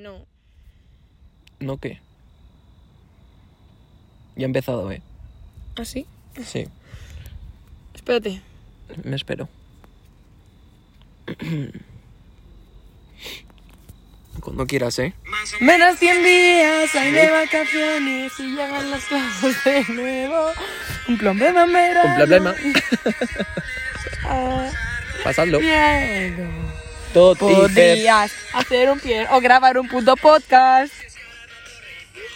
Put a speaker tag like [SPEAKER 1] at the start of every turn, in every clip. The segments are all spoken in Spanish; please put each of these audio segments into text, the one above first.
[SPEAKER 1] No.
[SPEAKER 2] ¿No qué? Ya he empezado, ¿eh?
[SPEAKER 1] ¿Así?
[SPEAKER 2] Sí,
[SPEAKER 1] ¿Ah, Espérate.
[SPEAKER 2] me espero. Cuando quieras, ¿eh?
[SPEAKER 1] Menos 100 días, hay de vacaciones y llegan las clases de nuevo. Un problema mero.
[SPEAKER 2] Un problema. Pasadlo.
[SPEAKER 1] Ah, Miedo.
[SPEAKER 2] Todo
[SPEAKER 1] Podrías hacer un pie o grabar un puto podcast.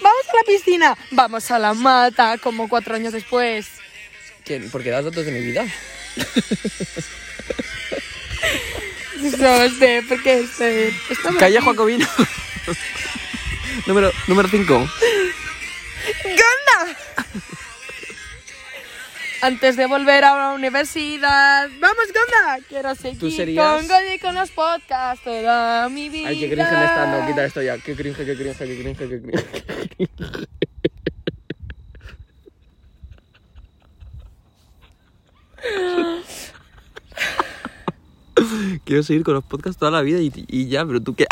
[SPEAKER 1] Vamos a la piscina. Vamos a la mata, como cuatro años después.
[SPEAKER 2] ¿Quién? Porque das datos de mi vida.
[SPEAKER 1] No sé este- por qué estoy. Estamos
[SPEAKER 2] Calle
[SPEAKER 1] aquí.
[SPEAKER 2] Jacobino. número 5.
[SPEAKER 1] ¡Ganda! Antes de volver a la universidad, vamos, Ganda. Quiero seguir
[SPEAKER 2] Tú serías-
[SPEAKER 1] con Gandhi y con los podcasts toda mi vida.
[SPEAKER 2] Ay, qué cringe me está dando. Quita esto ya. Qué cringe, qué cringe, qué cringe, qué cringe. Quiero seguir con los podcasts toda la vida y, y ya, pero tú qué.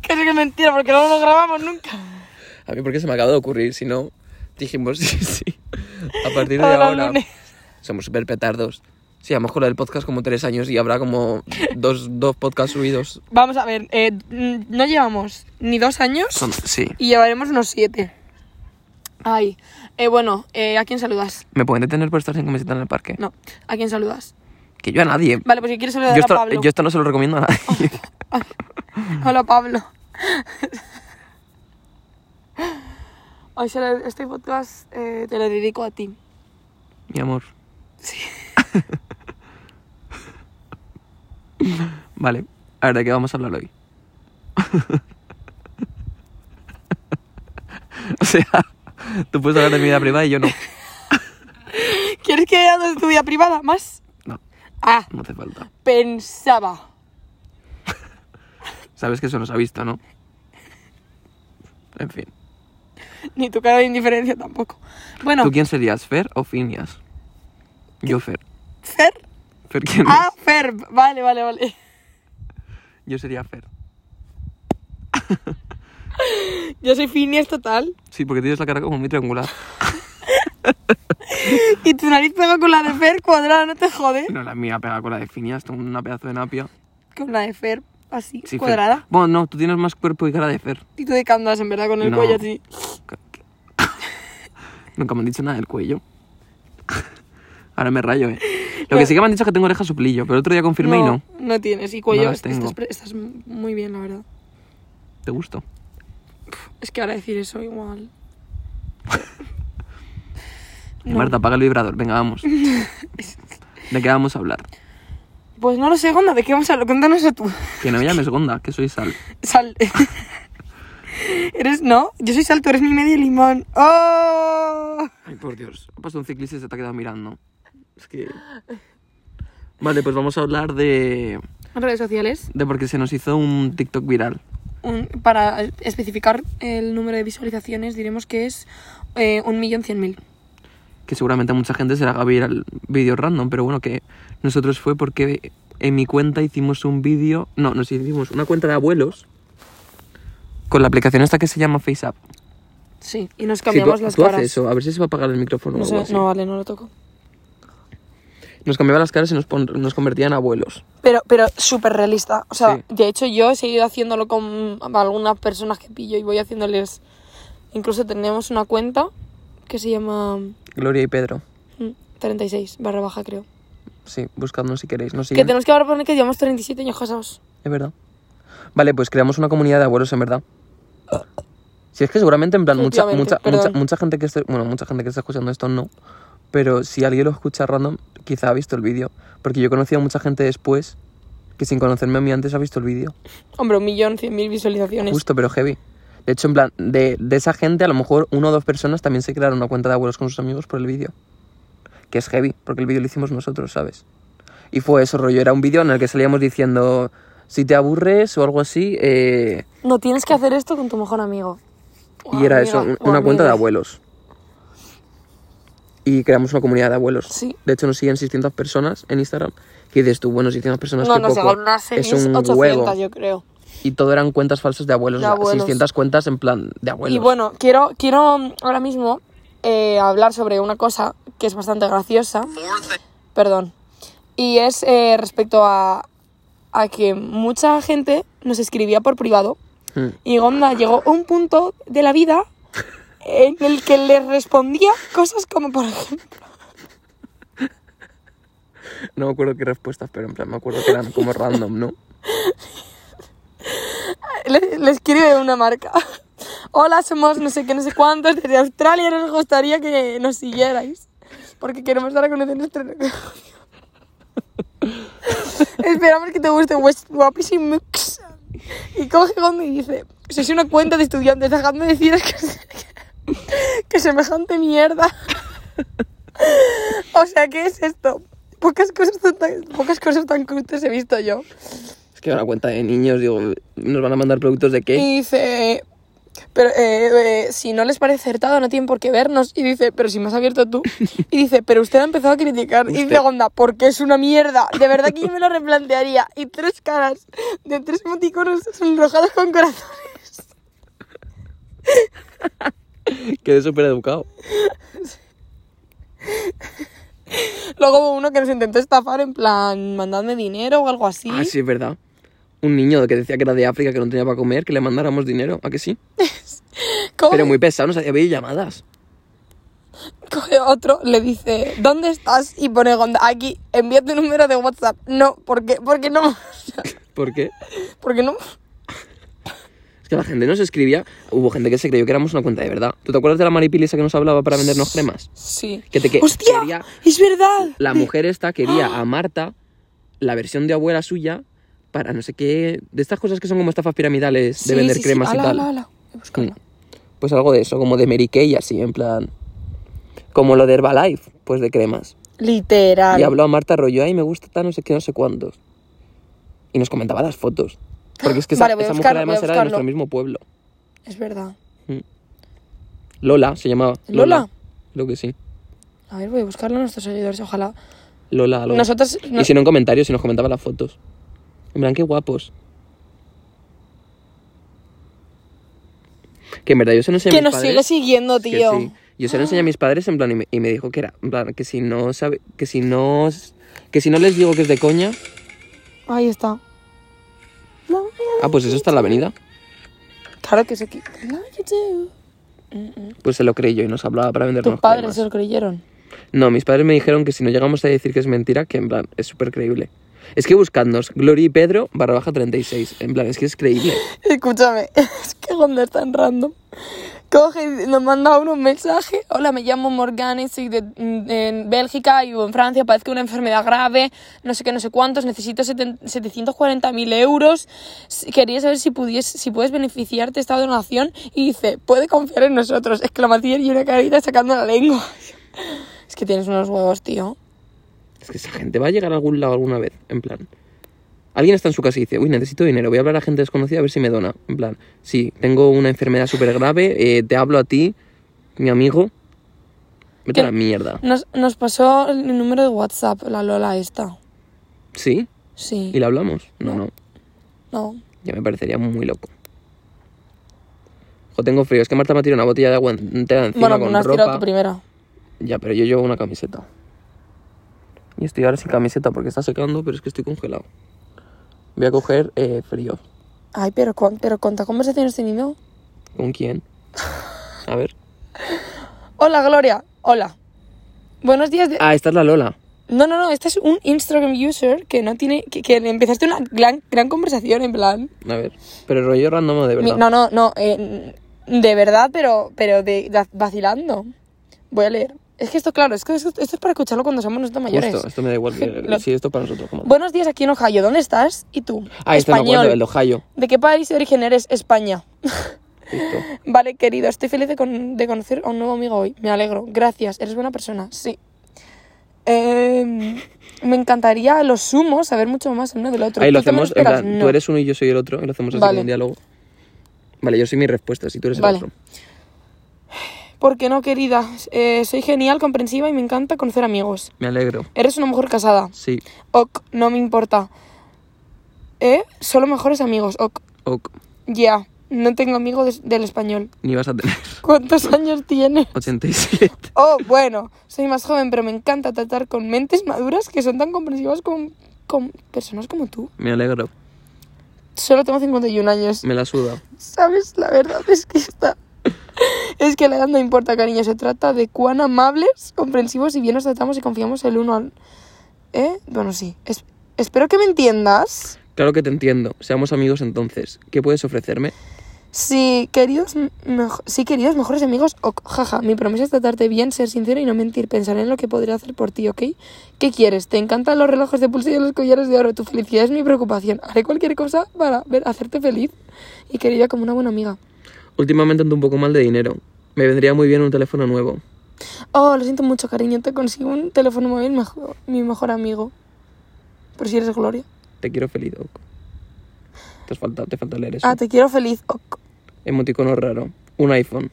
[SPEAKER 1] Casi que es mentira, porque no lo grabamos nunca.
[SPEAKER 2] A mí, porque se me acaba de ocurrir, si no, dijimos sí, sí. A partir de
[SPEAKER 1] Ahora el
[SPEAKER 2] ahora,
[SPEAKER 1] lunes.
[SPEAKER 2] somos súper petardos. Sí, a lo mejor el podcast como tres años y habrá como dos, dos podcasts subidos.
[SPEAKER 1] Vamos a ver, eh, mm, no llevamos ni dos años
[SPEAKER 2] Son- sí.
[SPEAKER 1] y llevaremos unos siete. Ay, eh, bueno, eh, ¿a quién saludas?
[SPEAKER 2] ¿Me pueden detener por estar sin camiseta en el parque?
[SPEAKER 1] No, ¿a quién saludas?
[SPEAKER 2] Que yo a nadie.
[SPEAKER 1] Vale, pues si quieres saludar
[SPEAKER 2] Yo
[SPEAKER 1] a
[SPEAKER 2] esto,
[SPEAKER 1] Pablo.
[SPEAKER 2] yo esto no se lo recomiendo a nadie.
[SPEAKER 1] Hola Pablo. Hoy se lo- este podcast eh, te lo dedico a ti.
[SPEAKER 2] Mi amor. Sí. vale. A ver, ¿de qué vamos a hablar hoy? o sea, tú puedes hablar de mi vida privada y yo no.
[SPEAKER 1] ¿Quieres que hable de tu vida privada más?
[SPEAKER 2] No,
[SPEAKER 1] Ah,
[SPEAKER 2] no hace falta.
[SPEAKER 1] pensaba.
[SPEAKER 2] Sabes que eso nos ha visto, ¿no? En fin.
[SPEAKER 1] Ni tu cara de indiferencia tampoco. Bueno,
[SPEAKER 2] ¿Tú quién serías, Fer o Finias? Yo Fer.
[SPEAKER 1] Fer.
[SPEAKER 2] ¿Fer quién
[SPEAKER 1] Ah,
[SPEAKER 2] es?
[SPEAKER 1] Fer. Vale, vale, vale.
[SPEAKER 2] Yo sería Fer.
[SPEAKER 1] Yo soy Phineas total.
[SPEAKER 2] Sí, porque tienes la cara como muy triangular.
[SPEAKER 1] Y tu nariz pega con la de Fer cuadrada, no te jode.
[SPEAKER 2] No, la mía pega con la de Finias, tengo una pedazo de napia.
[SPEAKER 1] Con la de Fer, así,
[SPEAKER 2] Sí, Fer.
[SPEAKER 1] cuadrada.
[SPEAKER 2] Bueno, no, tú tienes más cuerpo y cara de Fer.
[SPEAKER 1] Y tú de Candas, en verdad, con el
[SPEAKER 2] No.
[SPEAKER 1] cuello así.
[SPEAKER 2] Nunca me han dicho nada del cuello. Ahora me rayo, eh. Lo que sí que me han dicho es que tengo oreja suplillo, pero el otro día confirmé y no.
[SPEAKER 1] No tienes. Y cuello,
[SPEAKER 2] No las
[SPEAKER 1] estás,
[SPEAKER 2] tengo.
[SPEAKER 1] pre- estás muy bien, la verdad.
[SPEAKER 2] Te gusto.
[SPEAKER 1] Es que ahora decir eso igual. No.
[SPEAKER 2] Marta, apaga el vibrador, venga, vamos. ¿De qué vamos a hablar?
[SPEAKER 1] Pues no lo sé, Gonda, ¿de qué vamos a hablar? Cuéntanos tú.
[SPEAKER 2] Que no me llames Gonda, que soy sal.
[SPEAKER 1] Sal. eres, no, yo soy Sal, tú eres mi medio limón. ¡Oh!
[SPEAKER 2] Ay, por Dios. Ha pasado un ciclista y se te ha quedado mirando. Es que... Vale, pues vamos a hablar de...
[SPEAKER 1] Redes sociales.
[SPEAKER 2] De porque se nos hizo un TikTok viral.
[SPEAKER 1] Un- para especificar el número de visualizaciones, diremos que es eh, un millón cien mil.
[SPEAKER 2] que seguramente a mucha gente se le haga viral vídeos random, pero bueno, que nosotros fue porque en mi cuenta hicimos un vídeo, no, nos hicimos una cuenta de abuelos con la aplicación esta que se llama FaceApp.
[SPEAKER 1] Sí, y nos cambiamos
[SPEAKER 2] Sí, tú,
[SPEAKER 1] las
[SPEAKER 2] tú
[SPEAKER 1] caras.
[SPEAKER 2] haces eso, a ver si se va a apagar el micrófono
[SPEAKER 1] No,
[SPEAKER 2] o algo
[SPEAKER 1] sé,
[SPEAKER 2] así.
[SPEAKER 1] no, vale, no lo toco.
[SPEAKER 2] Nos cambiaba las caras y nos, pon- nos convertía en abuelos.
[SPEAKER 1] Pero, pero súper realista. O sea,
[SPEAKER 2] Sí.
[SPEAKER 1] de hecho yo he seguido haciéndolo con algunas personas que pillo y voy haciéndoles... Incluso tenemos una cuenta que se llama
[SPEAKER 2] Gloria y Pedro.
[SPEAKER 1] mm, 36, barra baja creo.
[SPEAKER 2] Sí, buscadnos si queréis, nos
[SPEAKER 1] Que
[SPEAKER 2] siguen.
[SPEAKER 1] tenemos que ahora poner que llevamos 37 años casados.
[SPEAKER 2] Es verdad. Vale, pues creamos una comunidad de abuelos, en verdad. Si es que seguramente, en plan, mucha,
[SPEAKER 1] Efectivamente,
[SPEAKER 2] mucha, mucha,
[SPEAKER 1] perdón.
[SPEAKER 2] mucha gente que esté, bueno, mucha gente que está escuchando esto no. Pero si alguien lo escucha random, quizá ha visto el vídeo. Porque yo he conocido a mucha gente después que sin conocerme a mí antes ha visto el vídeo.
[SPEAKER 1] Hombre, un millón cien mil visualizaciones.
[SPEAKER 2] Justo, pero heavy. De hecho, en plan, de, de esa gente, a lo mejor una o dos personas también se crearon una cuenta de abuelos con sus amigos por el vídeo. Que es heavy, porque el vídeo lo hicimos nosotros, ¿sabes? Y fue eso, rollo. Era un vídeo en el que salíamos diciendo, si te aburres o algo así, eh,
[SPEAKER 1] No tienes que hacer esto con tu mejor amigo. O
[SPEAKER 2] y era
[SPEAKER 1] amiga,
[SPEAKER 2] eso, un-
[SPEAKER 1] o
[SPEAKER 2] una cuenta de
[SPEAKER 1] amigue.
[SPEAKER 2] abuelos. Y creamos una comunidad de abuelos.
[SPEAKER 1] Sí.
[SPEAKER 2] De hecho, nos siguen 600 personas en Instagram. Que dices tú, bueno, 600 personas
[SPEAKER 1] No,
[SPEAKER 2] que
[SPEAKER 1] no,
[SPEAKER 2] poco.
[SPEAKER 1] según unas
[SPEAKER 2] es
[SPEAKER 1] series,
[SPEAKER 2] un
[SPEAKER 1] 800
[SPEAKER 2] huevo.
[SPEAKER 1] yo creo.
[SPEAKER 2] y todo eran cuentas falsas de abuelos,
[SPEAKER 1] De
[SPEAKER 2] o sea,
[SPEAKER 1] abuelos.
[SPEAKER 2] 600 cuentas en plan de abuelos.
[SPEAKER 1] Y bueno, quiero, quiero mm, ahora mismo eh, hablar sobre una cosa que es bastante graciosa. Perdón. Y es eh, respecto a, a que mucha gente nos escribía por privado.
[SPEAKER 2] Hmm.
[SPEAKER 1] Y Gonda llegó a un punto de la vida en el que le respondía cosas como, por ejemplo,
[SPEAKER 2] No me acuerdo qué respuestas, pero en plan me acuerdo que eran como random, ¿no?
[SPEAKER 1] le, le escribe una marca. Hola, somos no sé qué, no sé cuántos desde Australia. Nos gustaría que nos siguierais. Porque queremos dar a conocer nuestro negocio. Esperamos que te guste West Guapísimo Mix. Y coge Gonda y dice: Sois una cuenta de estudiantes, dejadme deciros que, que semejante mierda. o sea, ¿qué es esto? Pocas cosas tan, pocas cosas tan cruces he visto yo.
[SPEAKER 2] Es que una cuenta de niños, digo, nos van a mandar productos de qué.
[SPEAKER 1] Y dice, pero eh, eh, si no les parece acertado no tienen por qué vernos. Y dice, pero si me has abierto tú. Y dice, pero usted ha empezado a criticar. Y dice,
[SPEAKER 2] Usted.
[SPEAKER 1] Gonda, porque es una mierda. De verdad que yo me lo replantearía. Y tres caras de tres moticonos sonrojados con corazones.
[SPEAKER 2] Quedé súper educado.
[SPEAKER 1] Luego hubo uno que nos intentó estafar en plan, mandadme dinero o algo así.
[SPEAKER 2] Ah, sí, es verdad. Un niño que decía que era de África, que no tenía para comer, que le mandáramos dinero, ¿a que sí?
[SPEAKER 1] Coge-
[SPEAKER 2] Pero muy pesado, nos hacía videollamadas.
[SPEAKER 1] coge otro, le dice, ¿dónde estás? Y pone Gonda, aquí, envía tu número de WhatsApp. No, ¿por qué? Porque no.
[SPEAKER 2] ¿Por qué?
[SPEAKER 1] Porque no.
[SPEAKER 2] Es que la gente nos escribía, hubo gente que se creyó que éramos una cuenta de verdad. ¿Tú te acuerdas de la maripili esa que nos hablaba para vendernos cremas?
[SPEAKER 1] Sí.
[SPEAKER 2] Que te que
[SPEAKER 1] ¡Hostia!
[SPEAKER 2] quería-
[SPEAKER 1] ¡Es verdad!
[SPEAKER 2] La mujer esta quería a Marta, la versión de abuela suya, para no sé qué, de estas cosas que son como estafas piramidales, de
[SPEAKER 1] Sí,
[SPEAKER 2] vender
[SPEAKER 1] sí, sí.
[SPEAKER 2] cremas y
[SPEAKER 1] Ala,
[SPEAKER 2] tal.
[SPEAKER 1] ala, ala. Voy a buscarla.
[SPEAKER 2] Mm. Pues algo de eso, como de Mary Kay, así, en plan. Como lo de Herbalife, pues de cremas.
[SPEAKER 1] Literal.
[SPEAKER 2] Y habló a Marta Rollo, ay, me gusta tal, no sé qué, no sé cuántos. Y nos comentaba las fotos. Porque es que esa,
[SPEAKER 1] Vale, voy a
[SPEAKER 2] esa mujer
[SPEAKER 1] buscarlo,
[SPEAKER 2] además
[SPEAKER 1] voy a
[SPEAKER 2] era de nuestro
[SPEAKER 1] buscarlo.
[SPEAKER 2] mismo pueblo.
[SPEAKER 1] Es verdad.
[SPEAKER 2] Lola se llamaba.
[SPEAKER 1] ¿Lola?
[SPEAKER 2] Creo que sí.
[SPEAKER 1] A ver, voy a buscarlo a nuestros seguidores, ojalá.
[SPEAKER 2] Lola, algo.
[SPEAKER 1] Nosotros. no-
[SPEAKER 2] Y si no en comentarios, si nos comentaba las fotos. En plan, qué guapos. Que en verdad yo se lo enseñé a
[SPEAKER 1] Que
[SPEAKER 2] mis
[SPEAKER 1] nos
[SPEAKER 2] padres.
[SPEAKER 1] sigue siguiendo,
[SPEAKER 2] que
[SPEAKER 1] tío.
[SPEAKER 2] sí. Yo se lo enseñé a mis padres en plan y me, y me dijo que era en plan que si no sabe que si no s- que si no les digo que es de coña.
[SPEAKER 1] Ahí está. No, mira.
[SPEAKER 2] Ah, pues eso está en la avenida.
[SPEAKER 1] Claro que es aquí. No, you do. Mm, mm.
[SPEAKER 2] Pues se lo creí yo y nos hablaba para vendernos
[SPEAKER 1] Tus padres
[SPEAKER 2] cremas.
[SPEAKER 1] se lo creyeron.
[SPEAKER 2] No, mis padres me dijeron que si no llegamos a decir que es mentira, que en plan es súper creíble. Es que buscadnos Glory Pedro barra baja 36. En plan, es que es creíble.
[SPEAKER 1] Escúchame, es que Gonda es tan random. Coge, y nos manda uno un mensaje. Hola, me llamo Morgane, y soy de, mm, en Bélgica y vivo en Francia. Padezco una enfermedad grave, no sé qué, no sé cuántos. Necesito 740.000 euros. Si- Quería saber si, pudies, si puedes beneficiarte de esta donación. Y dice, puede confiar en nosotros. Exclamación y una carita sacando la lengua. Es que tienes unos huevos, tío.
[SPEAKER 2] Es que esa gente va a llegar a algún lado alguna vez. En plan, alguien está en su casa y dice, uy, necesito dinero, voy a hablar a gente desconocida a ver si me dona. En plan, sí, tengo una enfermedad súper grave, eh, te hablo a ti, mi amigo. Vete
[SPEAKER 1] ¿Qué?
[SPEAKER 2] a la mierda.
[SPEAKER 1] Nos, nos pasó el número de WhatsApp, la Lola esta.
[SPEAKER 2] ¿Sí?
[SPEAKER 1] Sí.
[SPEAKER 2] ¿Y la hablamos? No, no.
[SPEAKER 1] No.
[SPEAKER 2] Ya me parecería muy loco. Jo, tengo frío. Es que Marta me ha tirado una botella de agua entera encima
[SPEAKER 1] Bueno,
[SPEAKER 2] con
[SPEAKER 1] no has tirado
[SPEAKER 2] ropa.
[SPEAKER 1] tu primera.
[SPEAKER 2] Ya, pero yo llevo una camiseta. Y estoy ahora sin camiseta porque está secando, pero es que estoy congelado. Voy a coger eh, frío.
[SPEAKER 1] Ay, pero, con, pero ¿cuántas conversaciones has tenido?
[SPEAKER 2] ¿Con quién? A ver.
[SPEAKER 1] Hola, Gloria. Hola. Buenos días. de-
[SPEAKER 2] Ah, esta es la Lola.
[SPEAKER 1] No, no, no. Este es un Instagram user que no tiene... Que, que empezaste una gran, gran conversación, en plan...
[SPEAKER 2] A ver. Pero rollo random de
[SPEAKER 1] mi-
[SPEAKER 2] verdad.
[SPEAKER 1] no, no, no. eh, de verdad, pero, pero de, de- vacilando. Voy a leer. Es que esto, claro, es que esto, esto es para escucharlo cuando somos nosotros mayores.
[SPEAKER 2] Justo, esto me da igual. que-
[SPEAKER 1] Lo-
[SPEAKER 2] Sí, esto para nosotros. como-
[SPEAKER 1] Buenos días aquí en Ohio. ¿Dónde estás? ¿Y tú?
[SPEAKER 2] Ah, este me acuerdo, el de Ohio.
[SPEAKER 1] ¿De qué país de origen eres? España.
[SPEAKER 2] Justo.
[SPEAKER 1] Vale, querido, estoy feliz de, con- de conocer a un nuevo amigo hoy. Me alegro. Gracias, eres buena persona. Sí. Em, me encantaría a los sumos saber mucho más el uno del otro.
[SPEAKER 2] Ahí lo
[SPEAKER 1] ¿Tú también
[SPEAKER 2] hacemos. En
[SPEAKER 1] esperas?
[SPEAKER 2] plan,
[SPEAKER 1] No.
[SPEAKER 2] tú eres uno y yo soy el otro. Y lo hacemos así
[SPEAKER 1] Vale.
[SPEAKER 2] como un diálogo. Vale, yo soy mi respuesta, si tú eres
[SPEAKER 1] Vale.
[SPEAKER 2] el otro.
[SPEAKER 1] ¿Por qué no, querida? Eh, soy genial, comprensiva y me encanta conocer amigos.
[SPEAKER 2] Me alegro.
[SPEAKER 1] Eres una mujer casada.
[SPEAKER 2] Sí.
[SPEAKER 1] Ok, no me importa. ¿Eh? Solo mejores amigos. Ok.
[SPEAKER 2] Ok.
[SPEAKER 1] Ya, no tengo amigos des- del español.
[SPEAKER 2] Ni vas a tener.
[SPEAKER 1] ¿Cuántos años tiene?
[SPEAKER 2] 87.
[SPEAKER 1] Oh, bueno, soy más joven, pero me encanta tratar con mentes maduras que son tan comprensivas con, con personas como tú.
[SPEAKER 2] Me alegro.
[SPEAKER 1] Solo tengo 51 años.
[SPEAKER 2] Me la suda.
[SPEAKER 1] ¿Sabes? La verdad es que está... Es que la edad no importa, cariño. Se trata de cuán amables, comprensivos y bien nos tratamos y confiamos el uno al... ¿Eh? Bueno, sí. Es- Espero que me entiendas.
[SPEAKER 2] Claro que te entiendo. Seamos amigos entonces. ¿Qué puedes ofrecerme?
[SPEAKER 1] Sí, queridos, m- mejo- sí, queridos mejores amigos, ok, jaja, mi promesa es tratarte bien, ser sincero y no mentir, pensaré en lo que podré hacer por ti, ¿ok? ¿Qué quieres? ¿Te encantan los relojes de pulso y los collares de oro? Tu felicidad es mi preocupación, haré cualquier cosa para ver- hacerte feliz y querida como una buena amiga.
[SPEAKER 2] Últimamente ando un poco mal de dinero. Me vendría muy bien un teléfono nuevo.
[SPEAKER 1] Oh, lo siento mucho, cariño, te consigo un teléfono móvil, mejo- mi mejor amigo. Por si eres Gloria.
[SPEAKER 2] Te quiero feliz, ok. Te falta, te falta leer eso.
[SPEAKER 1] Ah, te quiero feliz, ok.
[SPEAKER 2] Emoticono raro. Un iPhone.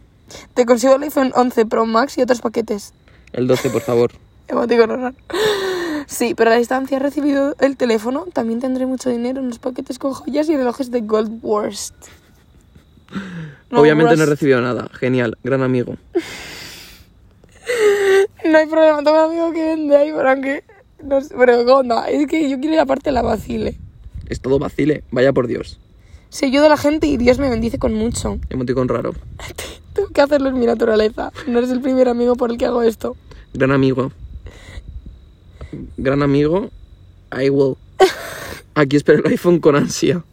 [SPEAKER 1] Te consigo el iPhone 11 Pro Max y otros paquetes.
[SPEAKER 2] El 12, por favor.
[SPEAKER 1] Emoticono raro. Sí, pero a la distancia he recibido el teléfono. También tendré mucho dinero, unos paquetes con joyas y relojes de Gold Worst. No, pues,
[SPEAKER 2] Obviamente no he
[SPEAKER 1] Worst.
[SPEAKER 2] recibido nada. Genial. Gran amigo.
[SPEAKER 1] No hay problema, tengo un amigo que vende ahí, pero aunque. No sé, pero Gonda, es que yo quiero ir aparte a la vacile.
[SPEAKER 2] Es todo vacile. Vaya por Dios.
[SPEAKER 1] Se ayuda a la gente y Dios me bendice con mucho.
[SPEAKER 2] Emoticón raro.
[SPEAKER 1] Tengo que hacerlo en mi naturaleza. No eres el primer amigo por el que hago esto.
[SPEAKER 2] Gran amigo. Gran amigo. I will. Aquí espero el iPhone con ansia.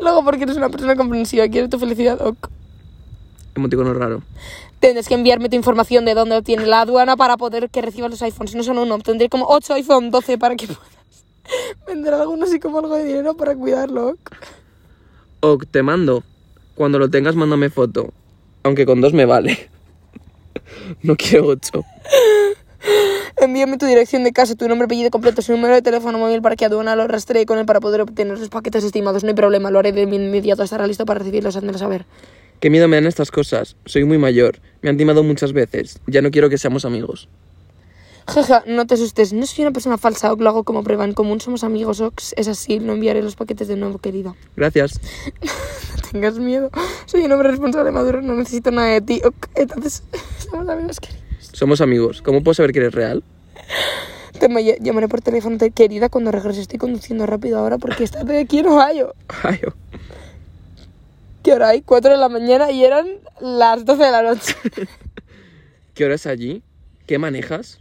[SPEAKER 1] Luego, porque eres una persona comprensiva, quiero tu felicidad. ok.
[SPEAKER 2] Emoticono raro.
[SPEAKER 1] Tendrás que enviarme tu información de dónde obtiene la aduana para poder que reciba los iPhones. No son uno, obtendré como 8 iPhone 12 para que puedas vender algunos y como algo de dinero para cuidarlo. ok.
[SPEAKER 2] Ok, te mando. Cuando lo tengas, mándame foto. Aunque con dos me vale. No quiero ocho.
[SPEAKER 1] Envíame tu dirección de casa, tu nombre, apellido completo, su número de teléfono móvil para que aduana lo rastree con él para poder obtener los paquetes estimados. No hay problema, lo haré de inmediato. Estará listo para recibirlos, házmelo saber.
[SPEAKER 2] Qué miedo me dan estas cosas. Soy muy mayor. Me han timado muchas veces. Ya no quiero que seamos amigos.
[SPEAKER 1] Jaja, no te asustes, no soy una persona falsa, ok, lo hago como prueba en común, somos amigos, ok, es así, no enviaré los paquetes de nuevo, querida.
[SPEAKER 2] Gracias.
[SPEAKER 1] No tengas miedo, soy un hombre responsable, maduro, no necesito nada de ti, ok, entonces somos amigos, querida.
[SPEAKER 2] Somos amigos. ¿Cómo puedo saber que eres real?
[SPEAKER 1] Te me ll- llamaré por teléfono, te- querida, cuando regrese, estoy conduciendo rápido ahora porque está de aquí en Ohio.
[SPEAKER 2] Ay, oh.
[SPEAKER 1] ¿Qué hora hay? 4 de la mañana y eran las 12 de la noche.
[SPEAKER 2] ¿Qué hora es allí? ¿Qué manejas?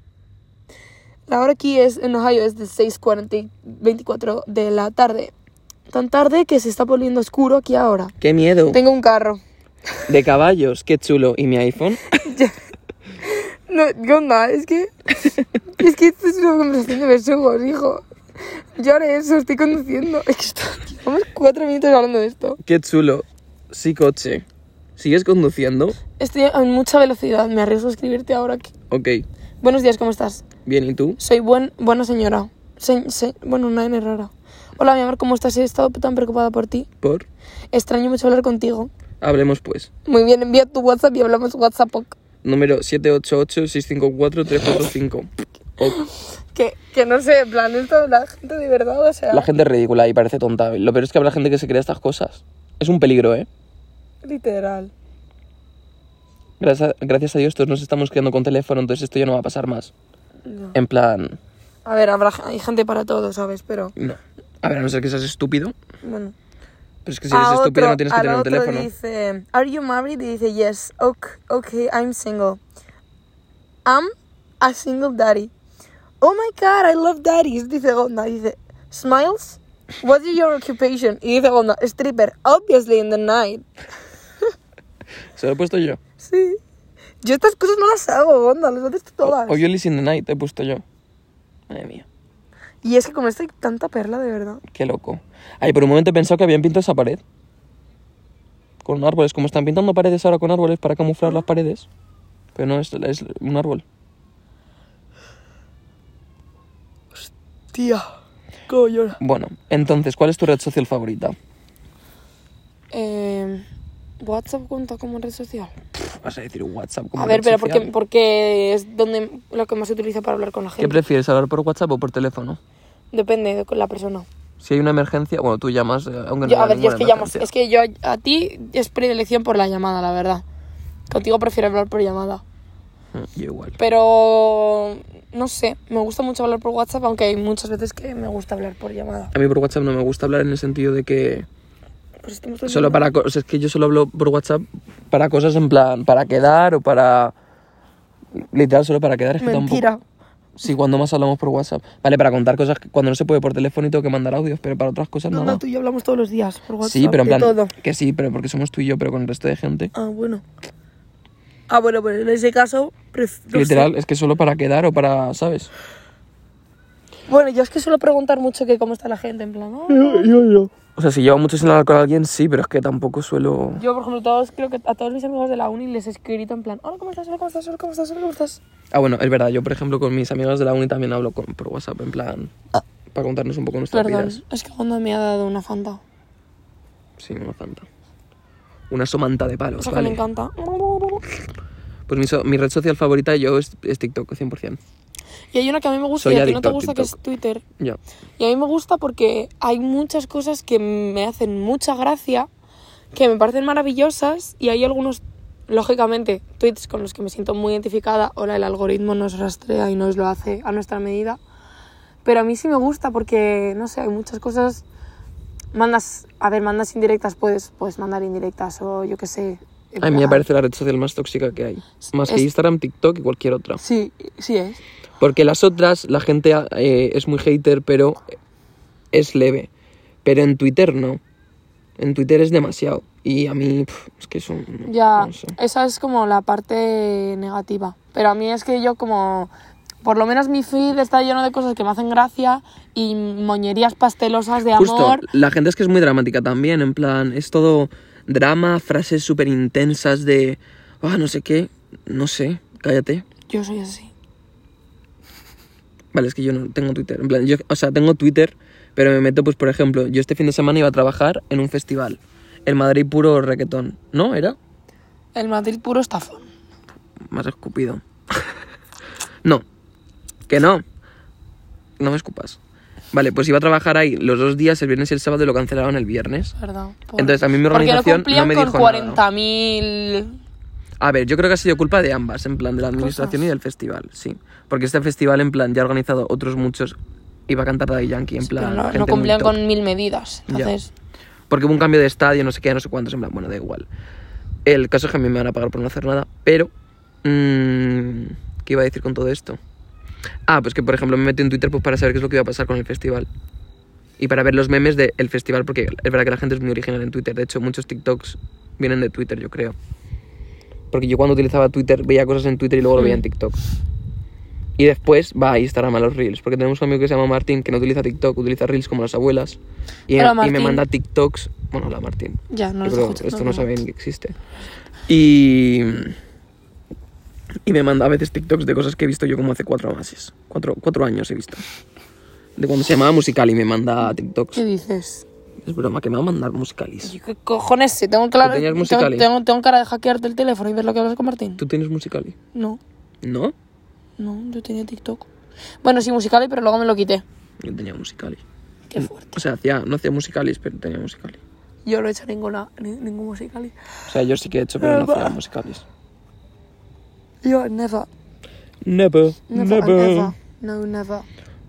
[SPEAKER 1] La hora aquí es en Ohio es de 6:40 y 24 de la tarde. Tan tarde que se está poniendo oscuro aquí ahora.
[SPEAKER 2] ¡Qué miedo!
[SPEAKER 1] Tengo un carro.
[SPEAKER 2] De caballos, qué chulo. ¿Y mi iPhone?
[SPEAKER 1] No, ¿qué onda? Es que. Es que esto es una conversación de besugos, hijo. Yo haré eso, estoy conduciendo. Es que esto- llevamos cuatro minutos hablando de esto.
[SPEAKER 2] Qué chulo. Sí, coche. ¿Sigues conduciendo?
[SPEAKER 1] Estoy a mucha velocidad, me arriesgo a escribirte ahora. que-
[SPEAKER 2] Ok.
[SPEAKER 1] Buenos días, ¿cómo estás?
[SPEAKER 2] Bien, ¿y tú?
[SPEAKER 1] Soy buen, buena señora. Se- se- bueno, una N rara. Hola, mi amor, ¿cómo estás? He estado tan preocupada por ti.
[SPEAKER 2] ¿Por?
[SPEAKER 1] Extraño mucho hablar contigo.
[SPEAKER 2] Hablemos pues.
[SPEAKER 1] Muy bien, envía tu WhatsApp y hablamos WhatsApp. ok.
[SPEAKER 2] Número 788-654-345. Ok.
[SPEAKER 1] Que, que no sé, en plan, esto la gente de verdad, o sea,
[SPEAKER 2] La gente es ridícula y parece tonta. Lo peor es que habrá gente que se crea estas cosas. Es un peligro, ¿eh?
[SPEAKER 1] literal.
[SPEAKER 2] Gracias a, gracias a Dios todos nos estamos quedando con teléfono, entonces esto ya no va a pasar más.
[SPEAKER 1] No.
[SPEAKER 2] En plan...
[SPEAKER 1] A ver, habrá, hay gente para todo, ¿sabes? Pero,
[SPEAKER 2] No. A ver, a no ser que seas estúpido.
[SPEAKER 1] bueno.
[SPEAKER 2] Pero es que si eres estúpido no tienes que
[SPEAKER 1] al
[SPEAKER 2] tener un
[SPEAKER 1] otro
[SPEAKER 2] teléfono.
[SPEAKER 1] dice, ¿Are you married? Y dice, yes. Ok, ok, I'm single. I'm a single daddy. Oh my God, I love daddies. Dice Gonda, dice, smiles? What is your occupation? Y dice Gonda, stripper, obviously in the night.
[SPEAKER 2] Se lo he puesto yo.
[SPEAKER 1] Sí. Yo estas cosas no las hago, Gonda, las haces tú todas.
[SPEAKER 2] O Yoli's in the Night he puesto yo. Madre mía,
[SPEAKER 1] Y es que como esta hay tanta perla, de verdad.
[SPEAKER 2] qué loco. Ay, por un momento he pensado que habían pintado esa pared. Con árboles, como están pintando paredes ahora con árboles para camuflar las paredes. Pero no, es, es un árbol.
[SPEAKER 1] Tía, cómo llora.
[SPEAKER 2] Bueno, entonces, ¿cuál es tu red social favorita?
[SPEAKER 1] Eh, ¿WhatsApp cuenta como red social?
[SPEAKER 2] Vas a decir WhatsApp. como
[SPEAKER 1] A ver,
[SPEAKER 2] red
[SPEAKER 1] pero
[SPEAKER 2] social.
[SPEAKER 1] porque, porque es donde lo que más se utiliza para hablar con la
[SPEAKER 2] ¿Qué
[SPEAKER 1] gente.
[SPEAKER 2] prefieres, hablar por WhatsApp o por teléfono?
[SPEAKER 1] Depende de con la persona.
[SPEAKER 2] Si hay una emergencia, bueno, tú llamas, eh, aunque no
[SPEAKER 1] Yo- a
[SPEAKER 2] haya
[SPEAKER 1] ver, yo es
[SPEAKER 2] ninguna
[SPEAKER 1] que llamo.
[SPEAKER 2] emergencia.
[SPEAKER 1] Es que yo a, a ti es predilección por la llamada, la verdad. Contigo prefiero hablar por llamada.
[SPEAKER 2] Mm, Yo igual.
[SPEAKER 1] Pero no sé, me gusta mucho hablar por WhatsApp, aunque hay muchas veces que me gusta hablar por llamada.
[SPEAKER 2] A mí por WhatsApp no me gusta hablar en el sentido de que
[SPEAKER 1] Pues estamos todo el
[SPEAKER 2] Solo
[SPEAKER 1] día-
[SPEAKER 2] para cosas. Es que yo solo hablo por WhatsApp para cosas en plan. Para quedar o para. Literal, solo para quedar. Es que
[SPEAKER 1] Mentira.
[SPEAKER 2] tampoco. Sí, cuando más hablamos por WhatsApp. Vale, para contar cosas que cuando no se puede por teléfono y tengo que mandar audios, pero para otras cosas
[SPEAKER 1] No,
[SPEAKER 2] nada.
[SPEAKER 1] no, tú y yo hablamos todos los días por WhatsApp.
[SPEAKER 2] sí, pero en
[SPEAKER 1] de
[SPEAKER 2] plan.
[SPEAKER 1] todo.
[SPEAKER 2] Que sí, pero porque somos tú y yo, pero con el resto de gente.
[SPEAKER 1] Ah, bueno. Ah, bueno, pues en ese caso. pref- no sé.
[SPEAKER 2] Literal, es que solo para quedar o para. ¿Sabes?
[SPEAKER 1] Bueno, yo es que suelo preguntar mucho que cómo está la gente, en plan. "Ah".
[SPEAKER 2] O sea, si llevo mucho sin hablar con alguien, sí, pero es que tampoco suelo.
[SPEAKER 1] Yo, por ejemplo, todos, creo que a todos mis amigos de la uni les he escrito en plan: Hola, ¿cómo estás? Hola, ¿cómo estás? Hola, ¿cómo estás? Hola, ¿cómo estás?
[SPEAKER 2] Ah, bueno, es verdad. Yo, por ejemplo, con mis amigas de la uni también hablo con- por WhatsApp, en plan. Para contarnos un poco nuestras
[SPEAKER 1] Perdón,
[SPEAKER 2] vidas.
[SPEAKER 1] es que cuando me ha dado una fanta.
[SPEAKER 2] Sí, una fanta. Una somanta de palos,
[SPEAKER 1] Eso que me
[SPEAKER 2] vale.
[SPEAKER 1] encanta.
[SPEAKER 2] Pues mi, so- mi red social favorita yo es, es TikTok, 100%.
[SPEAKER 1] Y hay una que a mí me gusta
[SPEAKER 2] Soy
[SPEAKER 1] y a ti no te
[SPEAKER 2] adicto
[SPEAKER 1] gusta,
[SPEAKER 2] al
[SPEAKER 1] que
[SPEAKER 2] TikTok.
[SPEAKER 1] es Twitter.
[SPEAKER 2] Ya.
[SPEAKER 1] Y a mí me gusta porque hay muchas cosas que me hacen mucha gracia, que me parecen maravillosas y hay algunos, lógicamente, tweets con los que me siento muy identificada. Ahora el algoritmo nos rastrea y nos lo hace a nuestra medida. Pero a mí sí me gusta porque, no sé, hay muchas cosas. Mandas, a ver, mandas indirectas, puedes, puedes mandar indirectas o yo qué sé. en
[SPEAKER 2] A mí me
[SPEAKER 1] plan-
[SPEAKER 2] parece la red social más tóxica que hay. Más que
[SPEAKER 1] Es-
[SPEAKER 2] Instagram, TikTok y cualquier otra.
[SPEAKER 1] Sí, sí es.
[SPEAKER 2] Porque las otras, la gente eh, es muy hater, pero es leve. Pero en Twitter no. En Twitter es demasiado. Y a mí, pf, es que son...
[SPEAKER 1] Ya,
[SPEAKER 2] no sé.
[SPEAKER 1] esa es como la parte negativa. Pero a mí es que yo como... Por lo menos mi feed está lleno de cosas que me hacen gracia y moñerías pastelosas de
[SPEAKER 2] Justo,
[SPEAKER 1] amor.
[SPEAKER 2] la gente es que es muy dramática también, en plan, es todo drama, frases súper intensas de, ah, no sé qué, no sé, cállate.
[SPEAKER 1] Yo soy así.
[SPEAKER 2] Vale, es que yo no tengo Twitter. En plan, yo, o sea, tengo Twitter, pero me meto, pues, por ejemplo, yo este fin de semana iba a trabajar en un festival. El Madrid puro reggaetón. ¿No? ¿Era?
[SPEAKER 1] El Madrid puro estafón.
[SPEAKER 2] Más escupido. no. Que no. No me escupas. Vale, pues iba a trabajar ahí los dos días, el viernes y el sábado, y lo cancelaron el viernes.
[SPEAKER 1] ¿Verdad?
[SPEAKER 2] Entonces, a mí mi organización no
[SPEAKER 1] Porque no cumplían
[SPEAKER 2] me
[SPEAKER 1] con
[SPEAKER 2] dijo nada.
[SPEAKER 1] 40.000...
[SPEAKER 2] A ver, yo creo que ha sido culpa de ambas, en plan, de la administración y del festival, sí. Porque este festival, en plan, ya ha organizado otros muchos. Iba a cantar Daddy Yankee, en
[SPEAKER 1] pero
[SPEAKER 2] plan.
[SPEAKER 1] No,
[SPEAKER 2] gente
[SPEAKER 1] no
[SPEAKER 2] muy
[SPEAKER 1] cumplían
[SPEAKER 2] top.
[SPEAKER 1] con mil medidas.
[SPEAKER 2] Ya.
[SPEAKER 1] Entonces,
[SPEAKER 2] Porque hubo un cambio de estadio, no sé qué, no sé cuántos, en plan, bueno, da igual. El caso es que a mí me van a pagar por no hacer nada, pero... mm, ¿Qué iba a decir con todo esto? Ah, pues que, por ejemplo, me metí en Twitter pues, para saber qué es lo que iba a pasar con el festival. Y para ver los memes del festival, porque es verdad que la gente es muy original en Twitter. De hecho, muchos TikToks vienen de Twitter, yo creo. Porque yo cuando utilizaba Twitter veía cosas en Twitter y luego lo veía en TikTok. Y después va a Instagram a los Reels. Porque tenemos un amigo que se llama Martín que no utiliza TikTok, utiliza Reels como las abuelas. Y,
[SPEAKER 1] Hola,
[SPEAKER 2] y
[SPEAKER 1] Martín.
[SPEAKER 2] me manda TikToks. Bueno, hola Martín.
[SPEAKER 1] ya, no lo
[SPEAKER 2] Yo creo
[SPEAKER 1] escucho.
[SPEAKER 2] que esto no saben que existe. Y. Y me manda a veces TikToks de cosas que he visto yo como hace cuatro meses. Cuatro, cuatro años he visto. De cuando se llamaba Musical y me manda TikToks.
[SPEAKER 1] ¿Qué dices?
[SPEAKER 2] Es broma, que me va a mandar Musicalis.
[SPEAKER 1] Yo, ¿Qué cojones? sé? tengo, claro,
[SPEAKER 2] tenías
[SPEAKER 1] tengo,
[SPEAKER 2] Musical.ly?
[SPEAKER 1] tengo, tengo cara de hackearte el teléfono y ver lo que hablas con Martín.
[SPEAKER 2] ¿Tú tienes Musical.ly?
[SPEAKER 1] No.
[SPEAKER 2] ¿No?
[SPEAKER 1] No, yo tenía TikTok. Bueno, sí, musicales, pero luego me lo quité.
[SPEAKER 2] Yo tenía Musical.ly.
[SPEAKER 1] Qué fuerte.
[SPEAKER 2] O sea, hacía, no hacía Musicalis, pero tenía Musical.ly.
[SPEAKER 1] Yo no he hecho ninguna, ni- ningún musical.
[SPEAKER 2] O sea, yo sí que he hecho,
[SPEAKER 1] Ah,
[SPEAKER 2] pero no hacía Musicalis.
[SPEAKER 1] Yo never,
[SPEAKER 2] Never,
[SPEAKER 1] never, and never. No, never.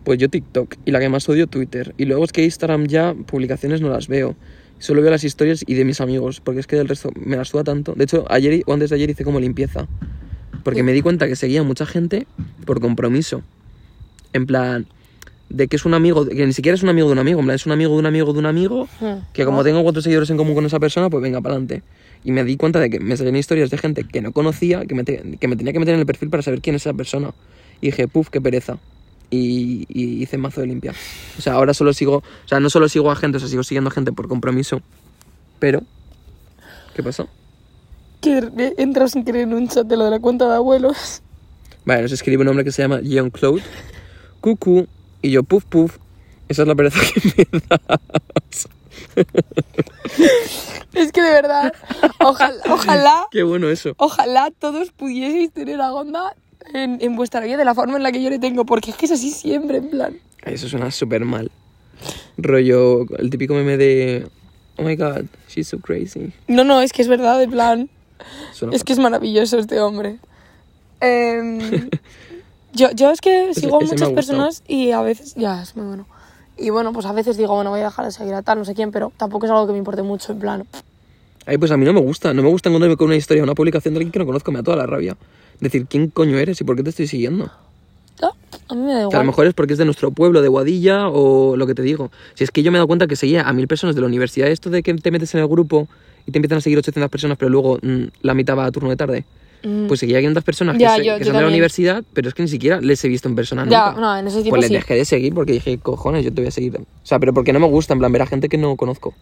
[SPEAKER 2] Pues yo TikTok y la que más odio Twitter. Y luego es que Instagram ya publicaciones no las veo. Solo veo las historias y de mis amigos, porque es que del resto me las suda tanto. De hecho, ayer o antes de ayer hice como limpieza. Porque me di cuenta que seguía mucha gente por compromiso. En plan, de que es un amigo, que ni siquiera es un amigo de un amigo, en plan, es un amigo de un amigo de un amigo,
[SPEAKER 1] Hmm.
[SPEAKER 2] que como tengo cuatro seguidores en común con esa persona, pues venga, para adelante. Y me di cuenta de que me salían historias de gente que no conocía, que me, te- que me tenía que meter en el perfil para saber quién es esa persona. Y dije, puf, qué pereza. Y, y hice mazo de limpia. O sea, ahora solo sigo, o sea, no solo sigo a gente, o sea, sigo siguiendo a gente por compromiso. Pero, ¿qué pasó?
[SPEAKER 1] Que re- eh, entras sin querer en un chat de lo de la cuenta de abuelos.
[SPEAKER 2] Vale, nos escribe un hombre que se llama Jean Claude. Cucu. Y yo, puf, puf. Esa es la pereza que me da.
[SPEAKER 1] Es que de verdad, ojalá, ojalá,
[SPEAKER 2] Qué bueno eso.
[SPEAKER 1] ojalá todos pudieseis tener a Gonda en, en vuestra vida de la forma en la que yo le tengo, porque es que es así siempre, en plan.
[SPEAKER 2] Eso suena súper mal. Rollo, el típico meme de. Oh my god, she's so crazy.
[SPEAKER 1] No, no, es que es verdad, de plan.
[SPEAKER 2] Suena
[SPEAKER 1] Es que es maravilloso este hombre. Em, yo, yo es que
[SPEAKER 2] Ese-
[SPEAKER 1] sigo a
[SPEAKER 2] ese me ha
[SPEAKER 1] muchas
[SPEAKER 2] gustado.
[SPEAKER 1] personas y a veces. Ya, es muy bueno. Y bueno, pues a veces digo, bueno, voy a dejar de seguir a tal, no sé quién, pero tampoco es algo que me importe mucho, en plan. pff,
[SPEAKER 2] Ay, pues a mí no me gusta. No me gusta encontrarme con una historia, una publicación de alguien que no conozco. Me da toda la rabia. Decir, ¿quién coño eres y por qué te estoy siguiendo?
[SPEAKER 1] ya, "Ah, a mí me da igual.
[SPEAKER 2] Que a lo mejor es porque es de nuestro pueblo, de Guadilla, o lo que te digo. Si es que yo me he dado cuenta que seguía a mil personas de la universidad. Esto de que te metes en el grupo y te empiezan a seguir 800 personas, pero luego mm, la mitad va a turno de tarde.
[SPEAKER 1] Mm.
[SPEAKER 2] Pues seguía a 500 personas
[SPEAKER 1] Ya,
[SPEAKER 2] que, se-
[SPEAKER 1] yo-
[SPEAKER 2] que
[SPEAKER 1] yo
[SPEAKER 2] son de la
[SPEAKER 1] también.
[SPEAKER 2] universidad, pero es que ni siquiera les he visto en persona
[SPEAKER 1] Ya,
[SPEAKER 2] nunca.
[SPEAKER 1] no, en ese tipo
[SPEAKER 2] pues les
[SPEAKER 1] sí.
[SPEAKER 2] dejé de seguir porque dije, cojones, yo te voy a seguir. O sea, pero porque no me gusta, en plan, ver a gente que no conozco.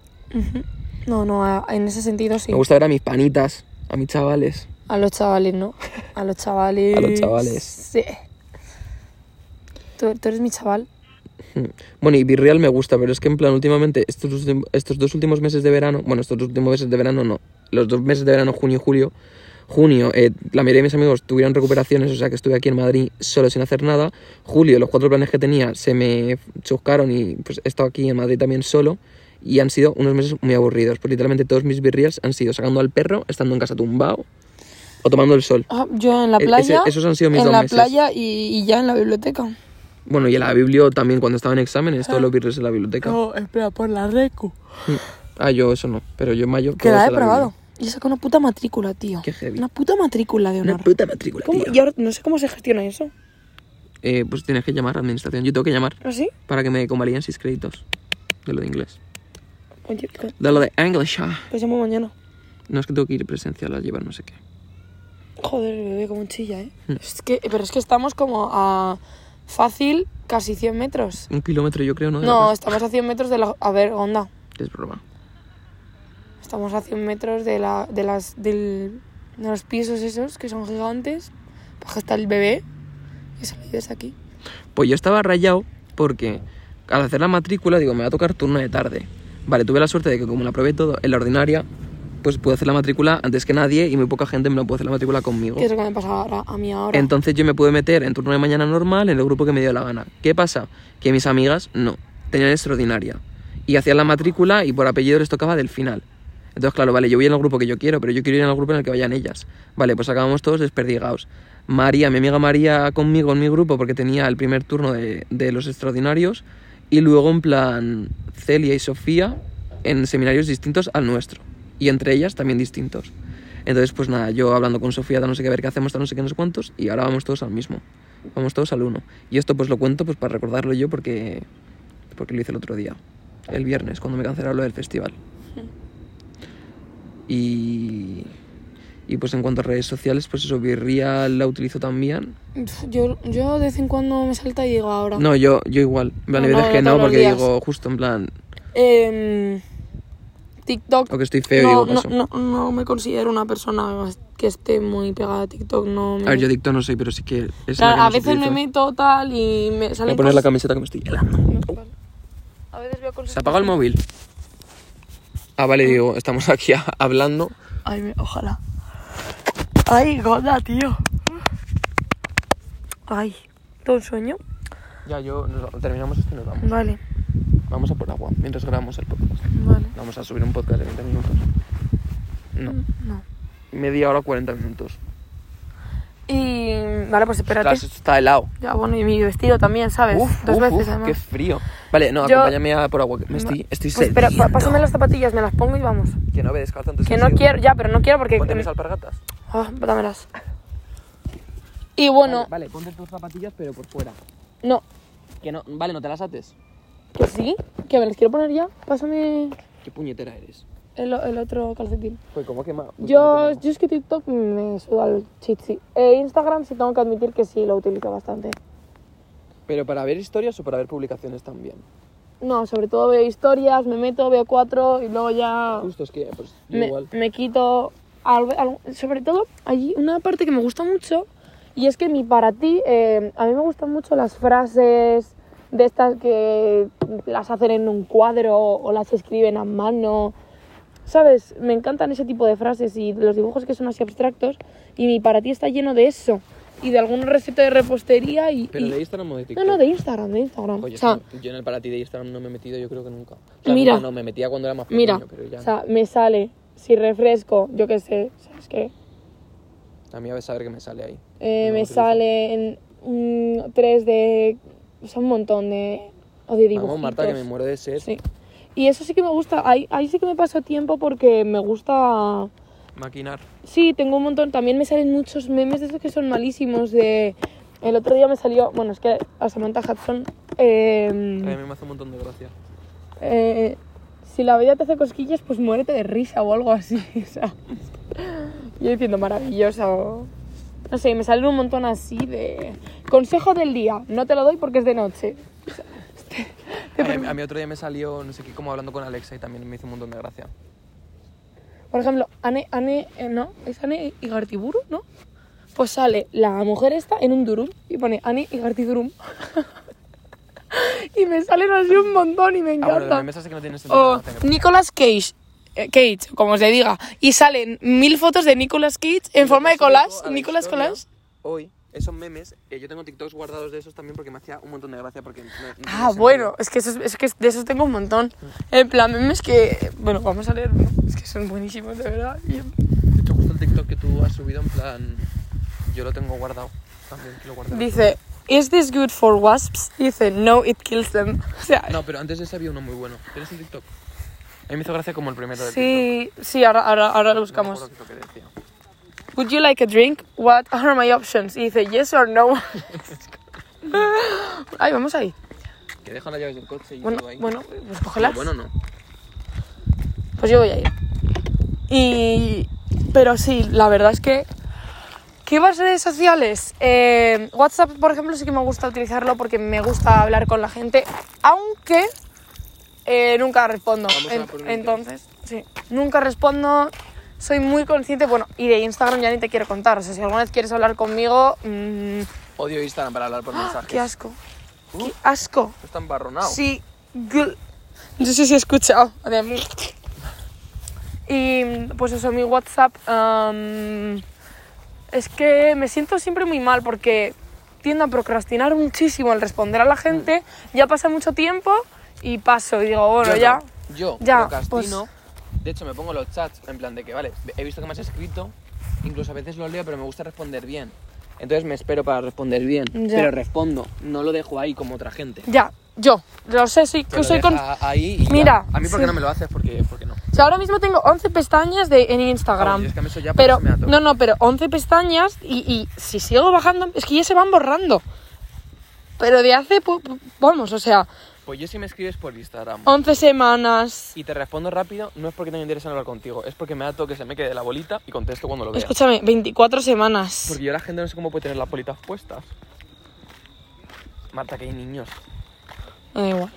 [SPEAKER 1] No, no, a- en ese sentido sí.
[SPEAKER 2] Me gusta ver a mis panitas, a mis chavales.
[SPEAKER 1] A los chavales, ¿no? A los chavales.
[SPEAKER 2] A los chavales.
[SPEAKER 1] Sí. Tú, tú eres mi chaval.
[SPEAKER 2] Mm. Bueno, y Virreal me gusta, pero es que en plan últimamente, estos, últim- estos dos últimos meses de verano, bueno, estos dos últimos meses de verano no, los dos meses de verano, junio y julio, junio, eh, la mayoría de mis amigos tuvieron recuperaciones, o sea que estuve aquí en Madrid solo sin hacer nada, julio los cuatro planes que tenía se me chuscaron y pues he estado aquí en Madrid también solo y han sido unos meses muy aburridos, pues literalmente todos mis Virreals han sido sacando al perro, estando en casa tumbado o tomando el sol.
[SPEAKER 1] Ah, yo en la
[SPEAKER 2] E- ese-
[SPEAKER 1] playa.
[SPEAKER 2] esos han sido mis ¿eh?
[SPEAKER 1] En
[SPEAKER 2] Ah. dos
[SPEAKER 1] la
[SPEAKER 2] meses.
[SPEAKER 1] playa y, y ya en la biblioteca.
[SPEAKER 2] Bueno, y en la biblio también cuando estaba en exámenes, todos los Virreals en la biblioteca.
[SPEAKER 1] No, espera, por la recu.
[SPEAKER 2] Mm. Ah, yo eso no, pero yo en mayo...
[SPEAKER 1] Que
[SPEAKER 2] todos
[SPEAKER 1] la he
[SPEAKER 2] a biblio.
[SPEAKER 1] probado. Y he sacado una puta matrícula, tío.
[SPEAKER 2] Qué heavy.
[SPEAKER 1] Una puta matrícula de honor.
[SPEAKER 2] Una puta matrícula,
[SPEAKER 1] ¿Cómo?
[SPEAKER 2] tío.
[SPEAKER 1] Y ahora no sé cómo se gestiona eso.
[SPEAKER 2] Eh, pues tienes que llamar a la administración. Yo tengo que llamar
[SPEAKER 1] ¿Así?
[SPEAKER 2] para que me convaliden seis créditos. De lo de inglés.
[SPEAKER 1] Oye, pues,
[SPEAKER 2] De lo de English. ah.
[SPEAKER 1] pues llamo mañana.
[SPEAKER 2] No es que tengo que ir presencial a llevar no sé qué.
[SPEAKER 1] Joder, el bebé, como chilla, ¿eh?
[SPEAKER 2] Hmm.
[SPEAKER 1] Es que, pero es que estamos como a fácil casi 100 metros.
[SPEAKER 2] Un kilómetro yo creo, ¿no? De la
[SPEAKER 1] No,
[SPEAKER 2] casa.
[SPEAKER 1] estamos a 100 metros de la... A ver, onda.
[SPEAKER 2] Es broma.
[SPEAKER 1] Estamos a 100 metros de, la, de, las, del, de los pisos esos que son gigantes. Baja está el bebé. Y salí desde aquí.
[SPEAKER 2] Pues yo estaba rayado porque al hacer la matrícula digo, me va a tocar turno de tarde. Vale, tuve la suerte de que como la probé todo en la ordinaria, pues pude hacer la matrícula antes que nadie y muy poca gente me lo pudo hacer la matrícula conmigo.
[SPEAKER 1] ¿Qué es lo que me pasa ahora, a mí ahora?
[SPEAKER 2] Entonces yo me pude meter en turno de mañana normal en el grupo que me dio la gana. ¿Qué pasa? Que mis amigas no, tenían extraordinaria. Y hacían la matrícula y por apellido les tocaba del final. Entonces, claro, vale, yo voy en el grupo que yo quiero, pero yo quiero ir en el grupo en el que vayan ellas. Vale, pues acabamos todos desperdigados. María, mi amiga María conmigo en mi grupo porque tenía el primer turno de, de los extraordinarios. Y luego en plan Celia y Sofía en seminarios distintos al nuestro. Y entre ellas también distintos. Entonces, pues nada, yo hablando con Sofía, tal no sé qué, a ver qué hacemos, tal no sé qué, no sé cuántos, y ahora vamos todos al mismo. Vamos todos al uno. Y esto pues lo cuento pues para recordarlo yo porque, porque lo hice el otro día, el viernes, cuando me cancelaron lo del festival. Y, y pues en cuanto a redes sociales, pues eso, Virreal la utilizo también.
[SPEAKER 1] Pf, Yo, yo de vez en cuando me salta y digo ahora.
[SPEAKER 2] No, yo, yo igual. En plan,
[SPEAKER 1] No,
[SPEAKER 2] hay
[SPEAKER 1] no,
[SPEAKER 2] veces que
[SPEAKER 1] no
[SPEAKER 2] no,
[SPEAKER 1] todos los
[SPEAKER 2] porque
[SPEAKER 1] días.
[SPEAKER 2] digo, justo en plan,
[SPEAKER 1] Em, TikTok.
[SPEAKER 2] o que estoy feo,
[SPEAKER 1] no,
[SPEAKER 2] digo paso.
[SPEAKER 1] no, no, no me considero una persona que esté muy pegada a TikTok. No me...
[SPEAKER 2] A ver, yo dicto no sé, pero sí que es
[SPEAKER 1] Claro,
[SPEAKER 2] la que
[SPEAKER 1] a
[SPEAKER 2] más
[SPEAKER 1] veces me
[SPEAKER 2] utilizo.
[SPEAKER 1] meto tal y me
[SPEAKER 2] Voy
[SPEAKER 1] salen
[SPEAKER 2] a poner la
[SPEAKER 1] cosas-
[SPEAKER 2] camiseta que me estoy helando.
[SPEAKER 1] Vale. A veces veo cosas...
[SPEAKER 2] Se apaga el móvil. Ah, vale, digo, estamos aquí a- hablando.
[SPEAKER 1] Ay, me- ojalá. Ay, gorda, tío. Ay, todo un sueño.
[SPEAKER 2] Ya, yo nos va- terminamos esto y nos vamos.
[SPEAKER 1] Vale,
[SPEAKER 2] Vamos a por agua mientras grabamos el podcast.
[SPEAKER 1] vale.
[SPEAKER 2] Vamos a subir un podcast de 20 minutos. No,
[SPEAKER 1] No.
[SPEAKER 2] media hora 40 minutos.
[SPEAKER 1] Y vale, pues espérate.
[SPEAKER 2] Ostras, esto está helado.
[SPEAKER 1] Ya, bueno, y mi vestido también, ¿sabes?
[SPEAKER 2] Uf,
[SPEAKER 1] Dos
[SPEAKER 2] uf,
[SPEAKER 1] veces
[SPEAKER 2] uf,
[SPEAKER 1] además.
[SPEAKER 2] qué frío. Vale, no,
[SPEAKER 1] Yo-
[SPEAKER 2] acompáñame a por agua. que Me estoy, estoy
[SPEAKER 1] Pues espera, pa-
[SPEAKER 2] sediento.
[SPEAKER 1] pásame las zapatillas, me las pongo y vamos.
[SPEAKER 2] Que Pues no me descalzo antes
[SPEAKER 1] Que
[SPEAKER 2] del
[SPEAKER 1] no
[SPEAKER 2] sido.
[SPEAKER 1] quiero, ya, pero no quiero porque.
[SPEAKER 2] Ponte mis alpargatas.
[SPEAKER 1] Ah, dámelas. Y bueno,
[SPEAKER 2] Vale, vale, ponte tus zapatillas, pero por fuera.
[SPEAKER 1] no.
[SPEAKER 2] Que no, vale, no te las ates.
[SPEAKER 1] Que sí, que me las quiero poner ya. Pásame
[SPEAKER 2] Qué puñetera eres.
[SPEAKER 1] el, el otro calcetín.
[SPEAKER 2] Pues como que ma- pues como
[SPEAKER 1] Yo,
[SPEAKER 2] que ma-
[SPEAKER 1] yo es que TikTok me suda el chichi. Eh, Instagram sí tengo que admitir que sí lo utilizo bastante.
[SPEAKER 2] Pero para ver historias o para ver publicaciones también.
[SPEAKER 1] No, sobre todo veo historias, me meto, veo cuatro y luego ya
[SPEAKER 2] Justo es que, pues,
[SPEAKER 1] Ah.
[SPEAKER 2] yo
[SPEAKER 1] me,
[SPEAKER 2] igual.
[SPEAKER 1] me quito. al- al- sobre todo, hay una parte que me gusta mucho y es que mi para ti, eh, a mí me gustan mucho las frases de estas que las hacen en un cuadro o las escriben a mano. ¿Sabes? Me encantan ese tipo de frases y los dibujos que son así abstractos y mi para ti está lleno de eso. y de alguna receta de repostería y...
[SPEAKER 2] Pero
[SPEAKER 1] y-
[SPEAKER 2] de Instagram o de TikTok.
[SPEAKER 1] No, no, de Instagram, de Instagram.
[SPEAKER 2] Oye,
[SPEAKER 1] o
[SPEAKER 2] es
[SPEAKER 1] sea,
[SPEAKER 2] que yo en el para ti de Instagram no me he metido, yo creo que nunca. O sea,
[SPEAKER 1] Mira.
[SPEAKER 2] nunca no, me metía cuando era más pequeño,
[SPEAKER 1] mira,
[SPEAKER 2] pero ya.
[SPEAKER 1] o sea, me sale, si refresco, yo qué sé, ¿sabes qué?
[SPEAKER 2] a mí a veces a ver qué me sale ahí.
[SPEAKER 1] Eh,
[SPEAKER 2] No,
[SPEAKER 1] me
[SPEAKER 2] utilizo.
[SPEAKER 1] salen mm, tres de... O sea, un montón de... O de dibujitos.
[SPEAKER 2] Vamos, Marta, que me muero de sed.
[SPEAKER 1] Sí. Y eso sí que me gusta, ahí, ahí sí que me paso tiempo porque me gusta...
[SPEAKER 2] Maquinar.
[SPEAKER 1] Sí, tengo un montón. También me salen muchos memes de esos que son malísimos. De... El otro día me salió, bueno, es que a Samantha Hudson. eh,
[SPEAKER 2] me hace un montón de gracia.
[SPEAKER 1] eh, si la vida te hace cosquillas, pues muérete de risa o algo así. O sea, yo diciendo maravillosa. o- No sé, me salen un montón así de. Consejo del día. No te lo doy porque es de noche.
[SPEAKER 2] A mí, a mí otro día me salió, no sé qué, como hablando con Alexa y también me hizo un montón de gracia.
[SPEAKER 1] Por ejemplo, Ane, Ane, eh, no, es Ane Igartiburu, ¿no? Pues sale la mujer esta en un durum y pone Ane Igartidurum. y me salen así un montón y me
[SPEAKER 2] Ah, bueno,
[SPEAKER 1] encanta. Oh,
[SPEAKER 2] los memes así que no tienen sentido.
[SPEAKER 1] o
[SPEAKER 2] no hacen gracia.
[SPEAKER 1] Nicolas Cage, eh, Cage, como se diga, y salen mil fotos de Nicolas Cage en forma de
[SPEAKER 2] Yo subo
[SPEAKER 1] collage,
[SPEAKER 2] a la
[SPEAKER 1] Nicolas
[SPEAKER 2] historia
[SPEAKER 1] collage.
[SPEAKER 2] Hoy, esos memes, eh, yo tengo TikToks guardados de esos también porque me hacía un montón de gracia porque... no- no tenía
[SPEAKER 1] Ah,
[SPEAKER 2] sentido.
[SPEAKER 1] bueno, es que, esos- es que de esos tengo un montón. En plan, memes que, bueno, vamos a leer, ¿no? es que son buenísimos, de verdad. Y-
[SPEAKER 2] De hecho, justo el TikTok que tú has subido, en plan, yo lo tengo guardado. También que lo guardé.
[SPEAKER 1] Dice, ¿Is this good for wasps? Dice, no, it kills them. O sea,
[SPEAKER 2] No, pero antes de ese había uno muy bueno. ¿Tienes un TikTok? A mí me hizo gracia como el primero del
[SPEAKER 1] sí,
[SPEAKER 2] TikTok.
[SPEAKER 1] sí, ahora, ahora, ahora lo
[SPEAKER 2] No me acuerdo
[SPEAKER 1] buscamos.
[SPEAKER 2] qué es lo que decía.
[SPEAKER 1] Would you like a drink? What are my options? Y dice, yes or no. Ay, vamos ahí.
[SPEAKER 2] Que dejan las llaves del coche y
[SPEAKER 1] Bueno,
[SPEAKER 2] todo ahí.
[SPEAKER 1] bueno, pues
[SPEAKER 2] Pero
[SPEAKER 1] cógelas.
[SPEAKER 2] bueno, no.
[SPEAKER 1] Pues yo voy a ir. Y... Pero sí, la verdad es que... ¿Qué más redes sociales? Eh, WhatsApp, por ejemplo, sí que me gusta utilizarlo porque me gusta hablar con la gente, aunque eh, nunca respondo.
[SPEAKER 2] Vamos a
[SPEAKER 1] En-
[SPEAKER 2] por un
[SPEAKER 1] entonces, sí, nunca respondo. Soy muy consciente, bueno, y de Instagram ya ni te quiero contar. O sea, si alguna vez quieres hablar conmigo, mm,
[SPEAKER 2] Odio Instagram para hablar por mensajes.
[SPEAKER 1] Ah, qué asco,
[SPEAKER 2] Uh,
[SPEAKER 1] qué asco.
[SPEAKER 2] está embarronado.
[SPEAKER 1] Sí. gl- No sé si he escuchado. de- Y pues eso, mi WhatsApp. am, es que me siento siempre muy mal porque tiendo a procrastinar muchísimo al responder a la gente. Ya pasa mucho tiempo y paso y digo, bueno,
[SPEAKER 2] Mm. Yo
[SPEAKER 1] ya.
[SPEAKER 2] no. Yo
[SPEAKER 1] Ya, pues.
[SPEAKER 2] procrastino. De hecho, me pongo los chats en plan de que, vale, he visto que me has escrito, incluso a veces lo leo, pero me gusta responder bien. Entonces me espero para responder bien,
[SPEAKER 1] Ya.
[SPEAKER 2] pero respondo, no lo dejo ahí como otra gente.
[SPEAKER 1] Ya, yo. Lo sé, sí,
[SPEAKER 2] Que
[SPEAKER 1] que
[SPEAKER 2] lo
[SPEAKER 1] soy con.
[SPEAKER 2] deja ahí y ya.
[SPEAKER 1] Mira,
[SPEAKER 2] A mí, ¿por qué
[SPEAKER 1] sí.
[SPEAKER 2] no me lo haces? Porque, porque no.
[SPEAKER 1] O sea, ahora mismo tengo 11 pestañas de, en Instagram.
[SPEAKER 2] Oye, es que a mí eso ya
[SPEAKER 1] pero,
[SPEAKER 2] parece me ato.
[SPEAKER 1] no, no, pero 11 pestañas y, y si sigo bajando, es que ya se van borrando. Pero de hace, po- po- vamos, o sea,
[SPEAKER 2] Pues yo si me escribes por Instagram
[SPEAKER 1] 11 semanas.
[SPEAKER 2] y te respondo rápido, no es porque tenga interés en hablar contigo, es porque me da toque que se me quede la bolita y contesto cuando lo vea.
[SPEAKER 1] Escúchame, 24 semanas.
[SPEAKER 2] Porque yo la gente no sé cómo puede tener las bolitas puestas. Marta, que hay niños.
[SPEAKER 1] Me da igual.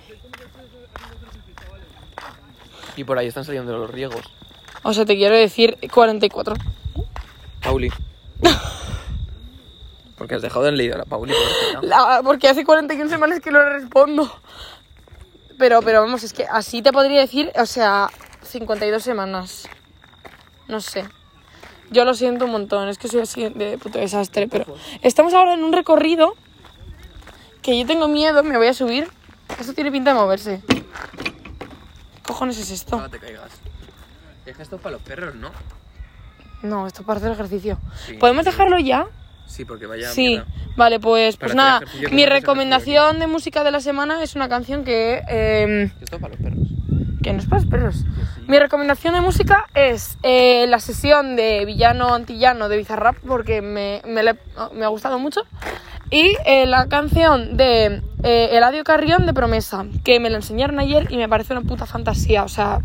[SPEAKER 2] Y por ahí están saliendo los riegos.
[SPEAKER 1] O sea, te quiero decir 44.
[SPEAKER 2] Pauli. Porque has dejado de leer a la Pauli. pobrecita.
[SPEAKER 1] La- porque hace 41 semanas que no le respondo. Pero, pero vamos, es que así te podría decir, o sea, 52 semanas. No sé. Yo lo siento un montón, es que soy así de puto desastre, pero estamos ahora en un recorrido que yo tengo miedo, me voy a subir. Esto tiene pinta de moverse. ¿Qué cojones es esto?
[SPEAKER 2] No te caigas. Es que esto es para los perros, ¿no?
[SPEAKER 1] No, esto es parte del ejercicio.
[SPEAKER 2] Sí.
[SPEAKER 1] ¿Podemos dejarlo ya?
[SPEAKER 2] Sí, porque vaya
[SPEAKER 1] Sí,
[SPEAKER 2] mierda.
[SPEAKER 1] vale, pues, pues
[SPEAKER 2] Para hacer
[SPEAKER 1] nada,
[SPEAKER 2] ejercicio que
[SPEAKER 1] mi
[SPEAKER 2] no haces
[SPEAKER 1] recomendación de música de la semana es una canción que... eh,
[SPEAKER 2] Esto es para los perros.
[SPEAKER 1] que no es para los perros.
[SPEAKER 2] sí.
[SPEAKER 1] Mi recomendación de música es eh, la sesión de Villano Antillano de Bizarrap porque me, me la- oh, me ha gustado mucho. Y eh, la canción de eh, Eladio Carrión de Promesa, que me la enseñaron ayer y me parece una puta fantasía. O sea,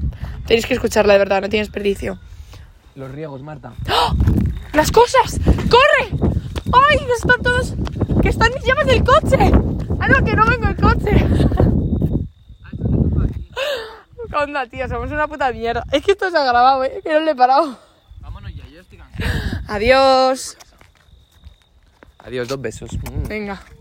[SPEAKER 1] tenéis que escucharla de verdad, no tiene desperdicio.
[SPEAKER 2] Los riegos, Marta.
[SPEAKER 1] ¡Las cosas! ¡Corre! ¡Ay, que están todos! ¡Que están mis llaves del coche! ¡Ah, no, que no vengo el coche! ¿Qué onda, tío? Somos una puta mierda. Es que esto se ha grabado, ¿eh? Que no le he parado.
[SPEAKER 2] Vámonos ya, yo estoy cansado.
[SPEAKER 1] Adiós.
[SPEAKER 2] Adiós, dos besos. Mm.
[SPEAKER 1] Venga.